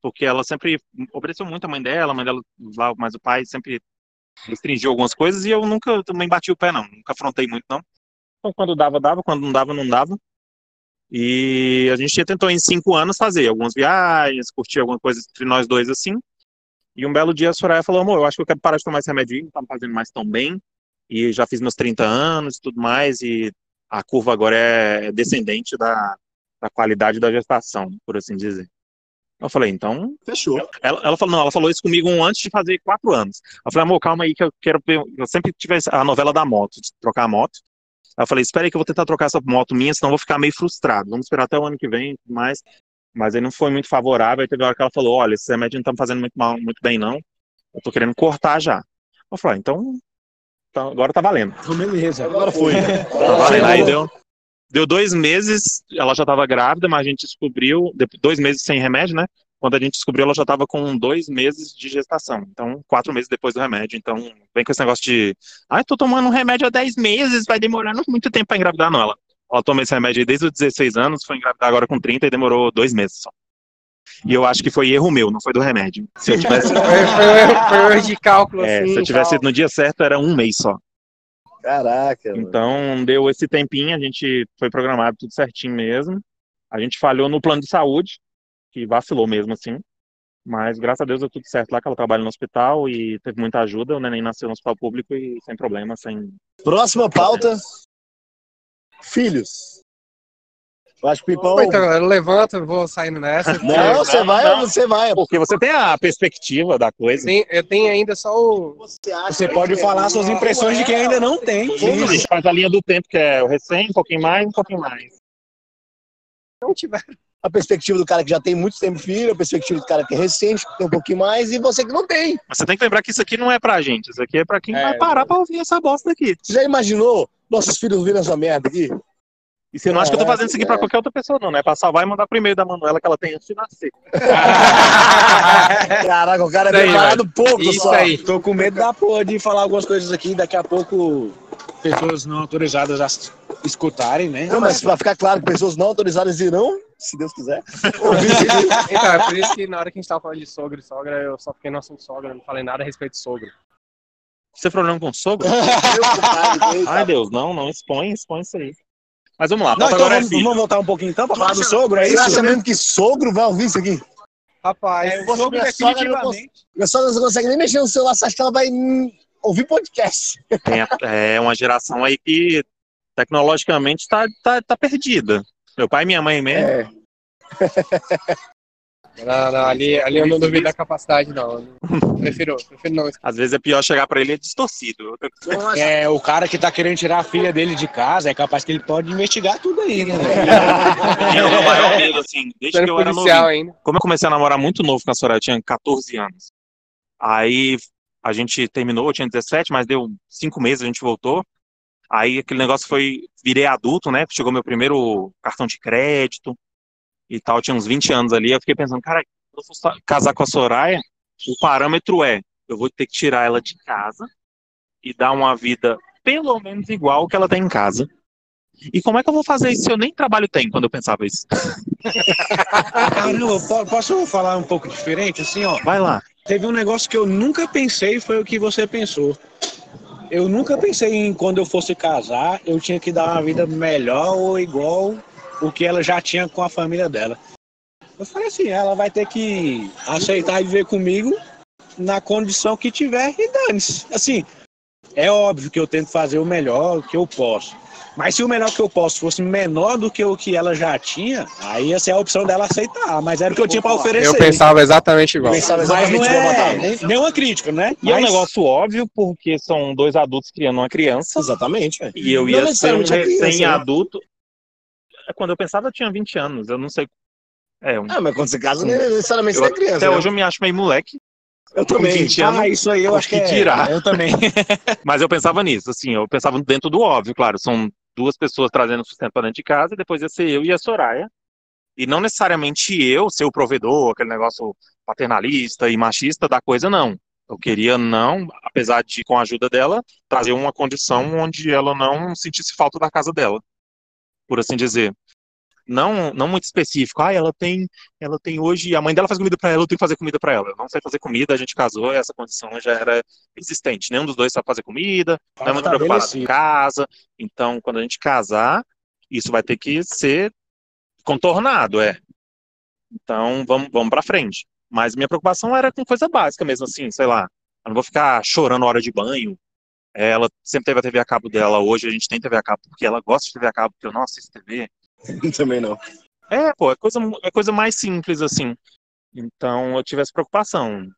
Speaker 1: porque ela sempre obedeceu muito a mãe dela, a mãe dela lá, mas o pai sempre restringiu algumas coisas e eu nunca também bati o pé não, nunca afrontei muito não. Então quando dava, dava, quando não dava, não dava. E a gente tentou em 5 anos fazer algumas viagens, curtir alguma coisa entre nós dois assim. E um belo dia a Soraya falou: amor, eu acho que eu quero parar de tomar esse remedinho, não tá me fazendo mais tão bem e já fiz meus 30 anos e tudo mais, e a curva agora é descendente da, da qualidade da gestação, por assim dizer. Eu falei, então.
Speaker 5: Fechou.
Speaker 1: Ela, ela falou, não, ela falou isso comigo um antes de fazer quatro anos. Eu falei, amor, calma aí, que eu quero. ver- Eu sempre tive essa- a novela da moto, de trocar a moto. Aí eu falei, espera aí que eu vou tentar trocar essa moto minha, senão eu vou ficar meio frustrado. Vamos esperar até o ano que vem e tudo mais. Mas aí não foi muito favorável. Aí teve hora que ela falou: olha, esse remédio não tá me fazendo muito, mal, muito bem, não. Eu tô querendo cortar já. Eu falei, ah, então. Tá, agora tá valendo.
Speaker 3: Então, beleza.
Speaker 5: Agora foi.
Speaker 1: Tá
Speaker 5: Agora
Speaker 1: valendo. Aí
Speaker 5: chegou.
Speaker 1: deu, deu dois meses, ela já estava grávida, mas a gente descobriu, depois- dois meses sem remédio, né? Quando a gente descobriu, ela já estava com dois meses de gestação. Então, quatro meses depois do remédio. Então, vem com esse negócio de. Ai, tô tomando um remédio há dez meses, vai demorar não- muito tempo pra engravidar, não. Ela, ela toma esse remédio aí desde os 16 anos, foi engravidar agora com 30 e demorou dois meses só. E eu acho que foi erro meu, não foi do remédio. Se eu tivesse,
Speaker 2: Foi, foi, um erro- foi um erro de cálculo,
Speaker 1: é,
Speaker 2: assim.
Speaker 1: se eu tivesse
Speaker 2: tal.
Speaker 1: ido no dia certo, era um mês só.
Speaker 5: Caraca, mano.
Speaker 1: Então, deu esse tempinho, a gente foi programado tudo certinho mesmo. A gente falhou no plano de saúde, que vacilou mesmo assim. Mas graças a Deus deu tudo certo lá, que ela trabalha no hospital e teve muita ajuda. O neném nasceu no hospital público e sem problema, sem.
Speaker 5: Próxima pauta. Filhos. Eu acho que o Pimpão.
Speaker 2: Pô, então, Né? eu levanto, eu vou saindo nessa.
Speaker 5: Não, você
Speaker 1: não,
Speaker 5: vai,
Speaker 1: não.
Speaker 5: você vai.
Speaker 1: Porque você tem a perspectiva da coisa.
Speaker 2: Tem- eu tenho ainda só o.
Speaker 3: Você
Speaker 5: é
Speaker 3: pode falar suas impressões de quem ainda não tem.
Speaker 1: A gente faz a linha do tempo, que é o recém, um pouquinho mais, um pouquinho mais.
Speaker 2: Não tiver.
Speaker 5: A perspectiva do cara que já tem muito tempo filho, a perspectiva do cara que é recente, que tem um pouquinho mais, e você que não tem.
Speaker 1: Mas você tem que lembrar que isso aqui não é pra gente, isso aqui é pra quem
Speaker 2: É,
Speaker 1: vai parar pra ouvir essa bosta aqui.
Speaker 5: Você já imaginou nossos filhos viram essa merda aqui?
Speaker 1: E você não acha que eu tô fazendo isso aqui pra qualquer outra pessoa, não, né? É Pra salvar e mandar pro e-mail da Manuela que ela tem antes de nascer.
Speaker 5: Caraca, o cara é
Speaker 2: Isso aí,
Speaker 5: preparado pouco
Speaker 2: Isso
Speaker 5: só.
Speaker 2: aí.
Speaker 3: Tô com medo da porra de falar algumas coisas aqui, daqui a pouco pessoas não autorizadas a escutarem, né?
Speaker 5: Não, mas pra ficar claro que pessoas não autorizadas irão se Deus quiser.
Speaker 2: Então, é por isso que na hora que a gente tava falando de sogro e sogra, eu só fiquei no assunto sogra, não falei nada a respeito de sogro.
Speaker 1: Você tem problema com o sogro? Ai, Deus, não, não expõe, expõe isso aí. Mas vamos lá,
Speaker 3: Não,
Speaker 1: falta
Speaker 3: então
Speaker 1: agora é
Speaker 3: vamos,
Speaker 1: filho.
Speaker 3: vamos voltar um pouquinho então pra falar do sogro, é
Speaker 5: Você
Speaker 3: isso?
Speaker 5: acha mesmo que sogro vai ouvir isso aqui?
Speaker 2: Rapaz,
Speaker 3: É, o sogro
Speaker 5: Minha sogra não
Speaker 3: definitivamente.
Speaker 5: Minha sogra não consegue nem mexer no celular, você acha que ela vai hum, ouvir podcast?
Speaker 1: Tem a- é uma geração aí que tecnologicamente tá, tá, tá perdida. Meu pai e minha mãe mesmo.
Speaker 5: É.
Speaker 2: não, não, ali, ali eu não duvido da capacidade, não. Prefiro, prefiro não.
Speaker 1: Às vezes é pior chegar pra ele é distorcido.
Speaker 3: É, o cara que tá querendo tirar a filha dele de casa, é capaz que ele pode investigar tudo aí, né?
Speaker 1: E eu, meu maior medo, assim, desde que
Speaker 2: Sendo
Speaker 1: eu era
Speaker 2: policial
Speaker 1: novinho.
Speaker 2: ainda.
Speaker 1: Como eu comecei a namorar muito novo com a Soraya, eu tinha 14 anos. Aí a gente terminou, eu tinha 17, mas deu cinco meses, a gente voltou. Aí aquele negócio foi, virei adulto, né? Chegou meu primeiro cartão de crédito e tal, eu tinha uns 20 anos ali. Eu fiquei pensando, cara, quando eu for sa- casar com a Soraya, o parâmetro é, eu vou ter que tirar ela de casa e dar uma vida pelo menos igual ao que ela tem em casa. E como é que eu vou fazer isso se eu nem trabalho tenho, quando eu pensava isso?
Speaker 3: Caramba, Ah, po- posso falar um pouco diferente? Assim, ó,
Speaker 1: Vai lá.
Speaker 3: teve um negócio que eu nunca pensei, foi o que você pensou. Eu nunca pensei em quando eu fosse casar, eu tinha que dar uma vida melhor ou igual o que ela já tinha com a família dela. Eu falei assim, ela vai ter que aceitar e viver comigo na condição que tiver e dane-se. Assim, é óbvio que eu tento fazer o melhor que eu posso. Mas se o melhor que eu posso fosse menor do que o que ela já tinha, aí essa é a opção dela aceitar. Mas era o que eu tinha para oferecer.
Speaker 2: Eu pensava exatamente igual.
Speaker 5: Pensava
Speaker 3: Mas não
Speaker 5: exatamente igual a
Speaker 3: é
Speaker 5: Natália.
Speaker 3: nem- nenhuma crítica, né?
Speaker 1: E é um
Speaker 3: Mas-
Speaker 1: negócio óbvio, porque são dois adultos criando uma criança,
Speaker 5: Exatamente, é.
Speaker 1: e eu
Speaker 5: Não
Speaker 1: ia ser um
Speaker 5: necessariamente a criança, né?
Speaker 1: recém-adulto. Quando eu pensava, eu tinha 20 anos, eu não sei. É, um-
Speaker 5: Ah, mas quando você casa, não é necessariamente
Speaker 1: Eu
Speaker 5: você é criança.
Speaker 1: até
Speaker 5: né?
Speaker 1: hoje eu me acho meio moleque,
Speaker 5: eu
Speaker 1: com 20 anos,
Speaker 3: Ah, isso aí eu
Speaker 1: o
Speaker 3: acho que
Speaker 1: que
Speaker 3: é,
Speaker 1: dirá?
Speaker 3: Eu também.
Speaker 1: mas eu pensava nisso, assim, eu pensava dentro do óbvio, claro, são duas pessoas trazendo sustento pra dentro de casa, e depois ia ser eu e a Soraya, e não necessariamente eu ser o provedor, aquele negócio paternalista e machista da coisa, não. Eu queria não, apesar de, com a ajuda dela, trazer uma condição onde ela não sentisse falta da casa dela, por assim dizer. Não, não muito específico. Ah, ela tem, ela tem hoje, a mãe dela faz comida pra ela, eu tenho que fazer comida pra ela. Eu não sei fazer comida, a gente casou, essa condição já era existente. Nenhum dos dois sabe fazer comida,
Speaker 3: Ah,
Speaker 1: não
Speaker 3: tá,
Speaker 1: é muito preocupado com
Speaker 3: Estabelecido.
Speaker 1: casa. Então, quando a gente casar, isso vai ter que ser contornado, é. Então, vamos, vamos para frente. Mas minha preocupação era com coisa básica mesmo, assim, sei lá. Eu não vou ficar chorando hora de banho. É, Ela sempre teve a TV a cabo dela, hoje a gente tem TV a cabo porque ela gosta de TV a cabo, porque é eu não assisto TV.
Speaker 5: Também não.
Speaker 1: É, pô, é coisa, é coisa mais simples, assim. Então eu tive essa preocupação.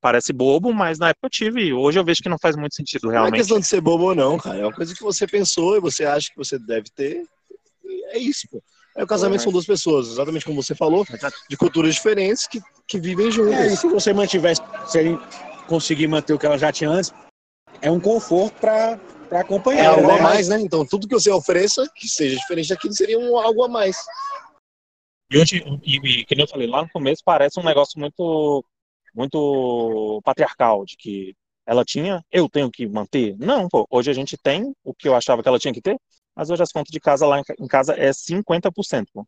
Speaker 1: Parece bobo, mas na época eu tive. Hoje eu vejo que não faz muito sentido,
Speaker 5: Não é
Speaker 1: realmente.
Speaker 5: questão de ser bobo ou não, cara. É uma coisa que você pensou e você acha que você deve ter. E é isso, pô. É, o casamento são duas pessoas, exatamente como você falou, de culturas diferentes que, que vivem
Speaker 3: É, e
Speaker 5: juntas.
Speaker 3: se você mantivesse, se ele conseguir manter o que ela já tinha antes, é um conforto pra, pra
Speaker 5: É,
Speaker 3: acompanhar.
Speaker 5: algo a
Speaker 3: né?
Speaker 5: mais, né? Então, tudo que você ofereça que seja diferente daquilo seria um algo a mais.
Speaker 1: E hoje, e, e que nem eu falei lá no começo, parece um negócio muito, muito patriarcal, de que ela tinha, eu tenho que manter. Não, pô, hoje a gente tem o que eu achava que ela tinha que ter, mas hoje as contas de casa lá em ca- em casa é 50%, pô.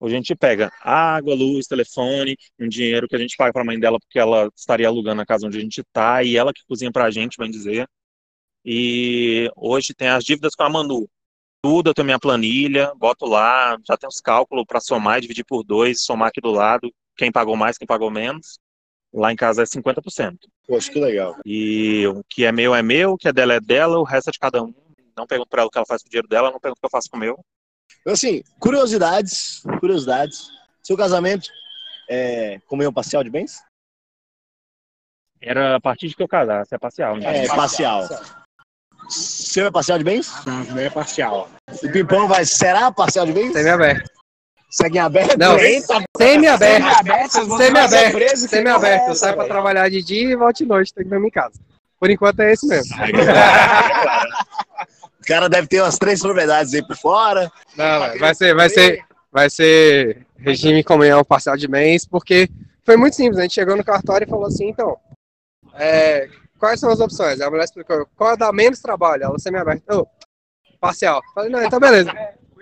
Speaker 1: Hoje a gente pega água, luz, telefone, um dinheiro que a gente paga pra mãe dela porque ela estaria alugando a casa onde a gente tá e ela que cozinha pra gente, bem dizer. E hoje tem as dívidas com a Manu tudo, eu tenho minha planilha, boto lá, já tem os cálculos para somar e dividir por dois, somar aqui do lado, quem pagou mais, quem pagou menos. Lá em casa é 50%.
Speaker 5: Poxa, que legal.
Speaker 1: E o que é meu é meu, o que é dela é dela, o resto é de cada um. Não pergunto para ela o que ela faz com o dinheiro dela, não pergunto o que eu faço com o meu.
Speaker 5: Assim, curiosidades, curiosidades. Seu casamento é comunhão parcial de bens?
Speaker 1: Era a partir de que eu casasse, é parcial.
Speaker 5: É, parcial. Seu é parcial de bens?
Speaker 3: Não, É parcial.
Speaker 5: O Pimpão vai, será parcial de bens?
Speaker 2: Semi-aberto.
Speaker 5: Segue em aberto?
Speaker 2: Não, semi-aberto. Semi-aberto.
Speaker 3: preso,
Speaker 2: Semi-aberto. Eu saio pra trabalhar de dia e volto de noite, tenho que dormir em casa. Por enquanto é esse mesmo.
Speaker 5: O cara deve ter umas três propriedades aí por fora.
Speaker 2: Não, não, vai ser, vai ser, vai ser regime comunhão parcial de bens, porque foi muito simples. A gente chegou no cartório e falou assim, então, é, quais são as opções? é A mulher explicou, qual dá menos trabalho? Ela semi-aberta. Ô, parcial. Falei, não, então beleza.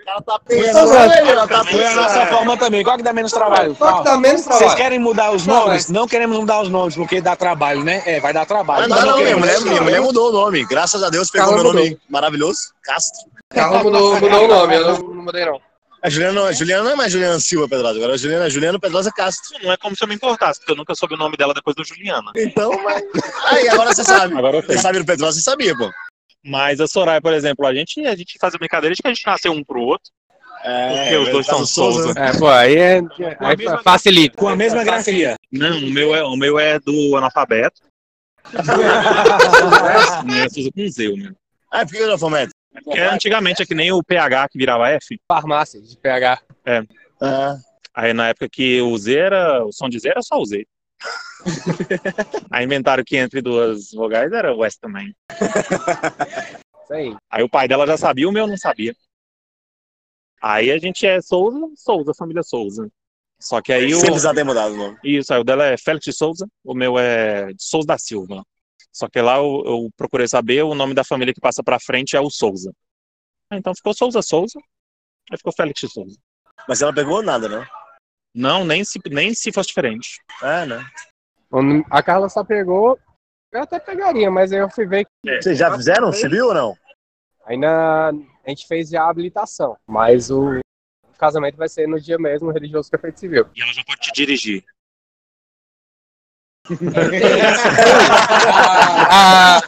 Speaker 5: cara tá pensando aí, ela tá
Speaker 3: Foi a nossa
Speaker 5: pensando.
Speaker 3: forma também. Qual é que dá menos trabalho?
Speaker 2: Qual que dá menos
Speaker 3: Vocês
Speaker 2: trabalho?
Speaker 3: querem mudar os nomes? Não queremos mudar os nomes, porque dá trabalho, né? É, vai dar trabalho.
Speaker 5: Mas
Speaker 3: Então
Speaker 5: não, não, é minha
Speaker 3: queremos.
Speaker 5: mulher, minha mulher mudou o nome. Graças a Deus pegou
Speaker 2: Ela
Speaker 5: meu
Speaker 2: mudou.
Speaker 5: nome maravilhoso, Castro.
Speaker 2: Carro mudou, mudou o nome, eu não, não mudei não.
Speaker 5: A Juliana não, a Juliana não é mais Juliana Silva Pedrosa, agora a Juliana, Juliana Pedrosa Castro.
Speaker 1: Não é como se eu me importasse, porque eu nunca soube o nome dela depois do Juliana.
Speaker 5: Então, mas... aí agora você sabe.
Speaker 3: Agora eu
Speaker 5: Você sabe do Pedrosa, você sabia, pô.
Speaker 1: Mas a Soraya, por exemplo, a gente, a gente faz a brincadeira de que a gente nasceu um pro outro.
Speaker 5: É,
Speaker 1: Porque os dois são né?
Speaker 5: Pedrosa Souza.
Speaker 1: Souza.
Speaker 2: É, pô, aí, é, aí facilita.
Speaker 3: Com a mesma grafia.
Speaker 1: Não, o meu é, o meu é do analfabeto. O meu é Souza com Z, o meu.
Speaker 5: Ah, por que eu não fomento?
Speaker 1: Porque antigamente é que nem o PH que virava F.
Speaker 2: Farmácia de PH.
Speaker 5: Ah,
Speaker 1: Aí na época que o Z era, o som de Z era só o Z. Aí inventaram que entre duas vogais era o S também.
Speaker 2: Isso aí.
Speaker 1: Aí o pai dela já sabia, o meu não sabia. Aí a gente é Souza, Souza, família Souza. Só que aí o,
Speaker 5: se eles já têm mudado o nome.
Speaker 1: Isso, aí o dela é Félix de Souza, o meu é de Souza da Silva. Só que lá eu, eu procurei saber, o nome da família que passa pra frente é o Souza. Ah, Então ficou Souza Souza, aí ficou Félix de Souza.
Speaker 5: Mas ela pegou nada, né?
Speaker 1: Não, nem se, nem se fosse diferente.
Speaker 5: É, né?
Speaker 2: Quando A Carla só pegou. Eu até pegaria, mas aí eu fui ver que
Speaker 5: Vocês já fizeram? Civil ou não?
Speaker 2: ainda a gente fez já a habilitação. Mas o casamento vai ser no dia mesmo, religioso perfeito civil.
Speaker 1: E ela já pode te dirigir.
Speaker 2: Ah,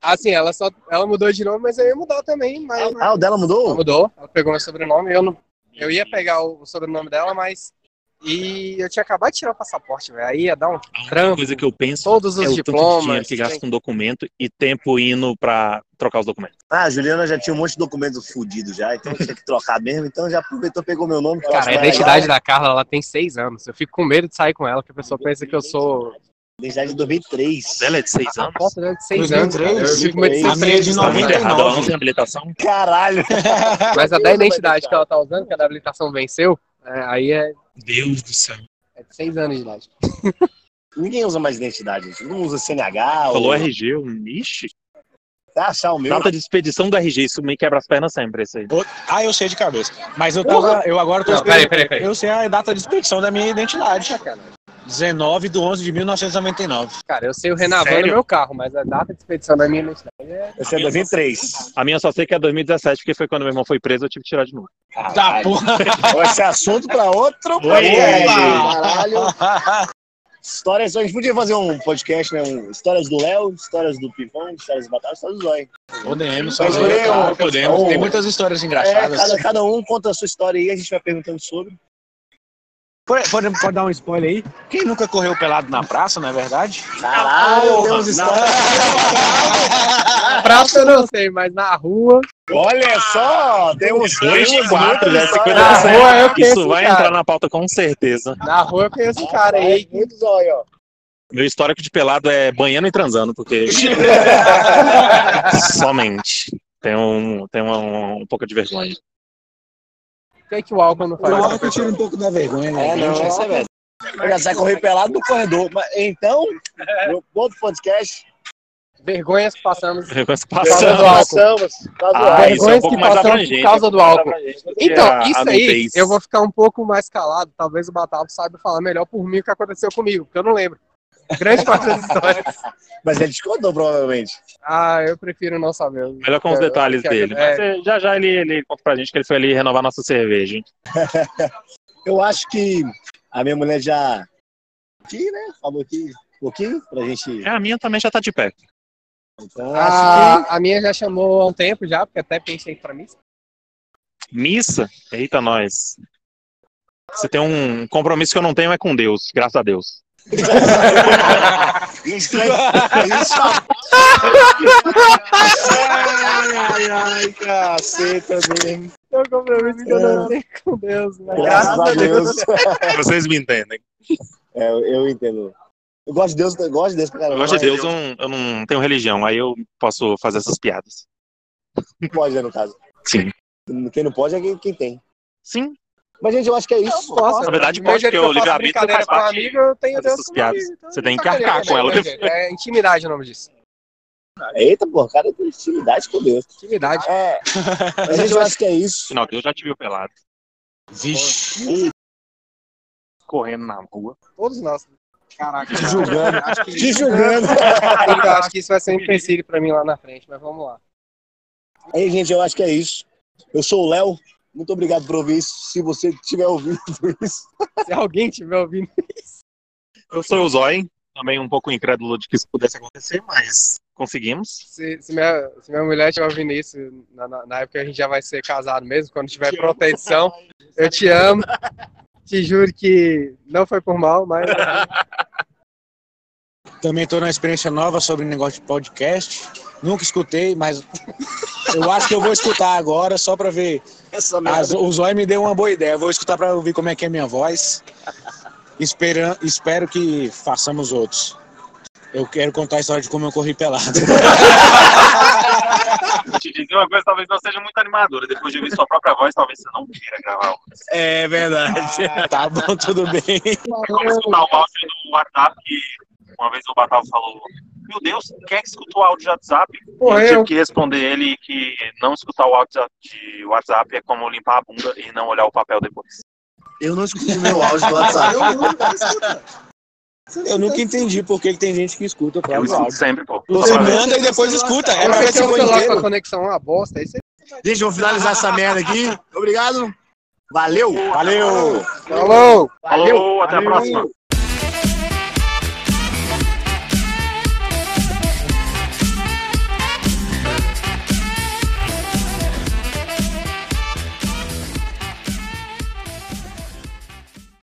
Speaker 2: assim, ela só. Ela mudou de nome, mas eu ia mudar também, mas.
Speaker 5: Ah, o dela
Speaker 2: Ela
Speaker 5: mudou?
Speaker 2: mudou, ela pegou meu sobrenome, eu não. Eu ia pegar o o sobrenome dela, mas. E eu tinha acabado de tirar o passaporte, velho. Aí ia dar um.
Speaker 1: A única
Speaker 2: Trampo.
Speaker 1: coisa que eu penso
Speaker 2: Todos os
Speaker 1: é o tanto de dinheiro
Speaker 2: diplomas.
Speaker 1: que gasta com documento e tempo indo pra trocar os documentos.
Speaker 5: Ah, a Juliana já tinha um monte de documento fudido já, então tinha que trocar mesmo. Então já aproveitou, pegou meu nome. assim, que eu acho
Speaker 2: Cara, a
Speaker 5: mais
Speaker 2: identidade
Speaker 5: legal.
Speaker 2: da Carla, ela tem seis anos. Eu fico com medo de sair com ela, porque a pessoa pensa que eu sou.
Speaker 5: Identidade de 2003.
Speaker 1: Ela é de seis
Speaker 2: A
Speaker 1: anos.
Speaker 2: foto dela é de seis anos. cara.
Speaker 5: 2003?
Speaker 2: Eu fico com medo de
Speaker 5: A
Speaker 2: ser
Speaker 5: minha
Speaker 2: preso,
Speaker 3: de
Speaker 1: Tá muito
Speaker 3: 99.
Speaker 1: errado, ela não tem habilitação.
Speaker 5: Caralho.
Speaker 2: Mas a da identidade que ela tá usando, que a da habilitação venceu, é, aí é,
Speaker 1: Deus do céu.
Speaker 2: é de seis anos de idade.
Speaker 5: Ninguém usa mais identidade, gente. Todo mundo usa CNH.
Speaker 1: Falou
Speaker 5: ou...
Speaker 1: RG, um ixi.
Speaker 5: Tá, achar o meu.
Speaker 1: Data de expedição do RG, isso me quebra as pernas sempre, isso aí.
Speaker 3: Ah, eu sei de cabeça. Mas eu, tava, eu agora tô esperando.
Speaker 2: peraí, peraí.
Speaker 3: Eu sei a data de expedição da minha identidade. 19 de 11 de 1999.
Speaker 2: Cara, eu sei o Renavan no
Speaker 1: Sério?
Speaker 2: meu carro, mas a data de expedição da minha identidade é.
Speaker 5: Esse é 2003.
Speaker 1: A minha só sei que é 2017, porque foi quando meu irmão foi preso, eu tive que tirar de novo.
Speaker 3: Da porra!
Speaker 5: Ou Esse é assunto pra outro podcast. Caralho. Histórias, a gente podia fazer um podcast, né? Um, histórias do Léo, histórias do Pivão, histórias do Batata, histórias do Zóio.
Speaker 3: Podemos, só
Speaker 5: Mas
Speaker 3: claro,
Speaker 5: eu-
Speaker 3: claro, podemos.
Speaker 5: eu-
Speaker 3: Tem muitas histórias
Speaker 5: É,
Speaker 3: engraçadas.
Speaker 2: assim.
Speaker 5: cada, cada um conta a sua história aí, a gente vai perguntando sobre.
Speaker 3: Pode, pode- pode dar um spoiler aí? Quem nunca correu pelado na praça, não é verdade?
Speaker 5: Caralho, temos histórias.
Speaker 2: Praça Um eu não sei, mas na rua.
Speaker 5: Olha só, temos dois de quatro, né?
Speaker 2: Ah, boa, eu
Speaker 1: Isso
Speaker 2: penso,
Speaker 1: vai
Speaker 2: cara.
Speaker 1: entrar na pauta com certeza.
Speaker 2: Na rua eu conheço um cara aí.
Speaker 5: Muito zóio, ó.
Speaker 1: Meu histórico de pelado é banhando e transando, porque somente. Tem, um, tem uma- um, um pouco de vergonha.
Speaker 2: Por que, que o álcool não faz?
Speaker 3: que tira um pouco da vergonha,
Speaker 5: É, não, essa é verdade. Eu já sai correr pelado no corredor. Mas, então, no outro podcast,
Speaker 2: Vergonhas que passamos.
Speaker 1: Vergonha se
Speaker 2: Falando
Speaker 1: passando.
Speaker 2: álcool.
Speaker 5: passamos. Tá zoado.
Speaker 1: Ah, isso é um
Speaker 2: Vergonhas
Speaker 1: pouco
Speaker 2: que
Speaker 1: mais
Speaker 2: passamos por
Speaker 1: abrangente,
Speaker 2: causa do álcool. Então,
Speaker 1: a- a
Speaker 2: isso aí,
Speaker 1: nudez.
Speaker 2: eu vou ficar um pouco mais calado. Talvez o Batavo saiba falar melhor por mim o que aconteceu comigo, porque eu não lembro. Grande parte das histórias.
Speaker 5: Mas ele descontou, provavelmente.
Speaker 2: Ah, eu prefiro não saber.
Speaker 1: Melhor com os
Speaker 2: É,
Speaker 1: detalhes
Speaker 2: que-
Speaker 1: dele.
Speaker 2: é.
Speaker 1: Mas, é, já já ele, ele conta pra gente que ele foi ali renovar nossa cerveja. hein?
Speaker 5: Eu acho que a minha mulher já. Aqui, né? Falou aqui um pouquinho pra gente.
Speaker 1: É, a minha também já tá de pé.
Speaker 5: Então, acho
Speaker 2: Ah, A, a minha já chamou há um tempo já, porque até pensei pra mim.
Speaker 1: Missa? Eita, nós. Você tem um compromisso que eu não tenho é com Deus, graças a Deus.
Speaker 5: que. Isso, é- isso. ai, ai, caceta mesmo.
Speaker 2: Eu compromisso que eu não tenho com Deus, né?
Speaker 5: Graças a Deus.
Speaker 1: Vocês me entendem.
Speaker 5: É, eu- eu entendo. Eu gosto de Deus, eu gosto de Deus pra
Speaker 1: Eu
Speaker 5: caramba.
Speaker 1: gosto de Deus, eu não, eu não tenho religião, aí eu posso fazer essas piadas.
Speaker 5: Não pode, né, no caso.
Speaker 1: Sim.
Speaker 5: Quem não pode é quem, quem tem.
Speaker 1: Sim,
Speaker 5: Mas, gente, eu acho que é isso.
Speaker 2: Nossa,
Speaker 1: Na verdade,
Speaker 2: do
Speaker 1: pode, porque
Speaker 2: meu jeito
Speaker 1: o
Speaker 2: que eu faço
Speaker 1: livre-arbítrio faz
Speaker 2: brincadeira com um
Speaker 1: parte
Speaker 2: amigo, eu tenho
Speaker 1: dessas
Speaker 2: Deus como
Speaker 1: piadas.
Speaker 2: amigo, então
Speaker 1: Você
Speaker 2: não
Speaker 1: tem
Speaker 2: tá
Speaker 1: que arcar
Speaker 2: querendo,
Speaker 1: com ela.
Speaker 2: né, gente? É intimidade o nome disso.
Speaker 5: Eita, porra, cara, tem intimidade com Deus.
Speaker 2: Intimidade.
Speaker 5: É, mas eu acho que é isso.
Speaker 1: Final, eu já te vi pelado.
Speaker 3: Vixe.
Speaker 1: Correndo na rua.
Speaker 2: Todos nós. Caraca.
Speaker 5: Te julgando.
Speaker 2: Acho que,
Speaker 5: Te julgando.
Speaker 2: eu acho que isso vai ser um empecilho pra mim lá na frente, mas vamos lá.
Speaker 5: Aí, gente, eu acho que é isso. Eu sou o Léo. Muito obrigado por ouvir isso. Se você tiver ouvindo isso.
Speaker 2: Se alguém tiver ouvindo.
Speaker 1: Eu sou o Zói, também um pouco incrédulo de que isso pudesse acontecer, mas conseguimos.
Speaker 2: Se, se minha, se minha mulher tiver ouvindo isso, na, na- na época a gente já vai ser casado mesmo, quando tiver proteção. Eu te amo. Te juro que não foi por mal, mas.
Speaker 3: Também tô numa experiência nova sobre um negócio de podcast. Nunca escutei, mas eu acho que eu vou escutar agora só pra ver.
Speaker 5: Essa
Speaker 3: As,
Speaker 5: merda.
Speaker 3: o Zói me deu uma boa ideia. Vou escutar pra ouvir como é que é a minha voz. Espera, espero que façamos outros. Eu quero contar a história de como eu corri pelado.
Speaker 1: Te dizer uma coisa, talvez não seja muito animadora. Depois de ouvir sua própria voz, talvez você não queira gravar.
Speaker 5: É verdade.
Speaker 3: tá bom, tudo bem.
Speaker 1: É como escutar o áudio do WhatsApp, que uma vez o Batal falou: Meu Deus, quem é que escutou o áudio de WhatsApp?
Speaker 2: Porra,
Speaker 1: eu
Speaker 2: eu.
Speaker 1: tive que responder ele que não escutar o áudio de WhatsApp é como limpar a bunda e não olhar o papel depois.
Speaker 5: Eu não escutei o meu áudio do WhatsApp.
Speaker 3: Eu nunca entendi por que que tem gente que escuta o
Speaker 1: Eu
Speaker 3: próprio
Speaker 1: escuto
Speaker 3: áudio.
Speaker 1: sempre, pô.
Speaker 3: Você
Speaker 1: Só pra ver.
Speaker 3: manda e depois escuta. É pra ver
Speaker 2: Você
Speaker 3: se
Speaker 2: tem um
Speaker 3: foi
Speaker 2: celular com a
Speaker 3: inteiro.
Speaker 2: conexão uma bosta, é aí você.
Speaker 5: Gente, vamos finalizar essa merda aqui. Obrigado. Valeu.
Speaker 3: Valeu!
Speaker 2: Falou!
Speaker 1: Falou, até a próxima.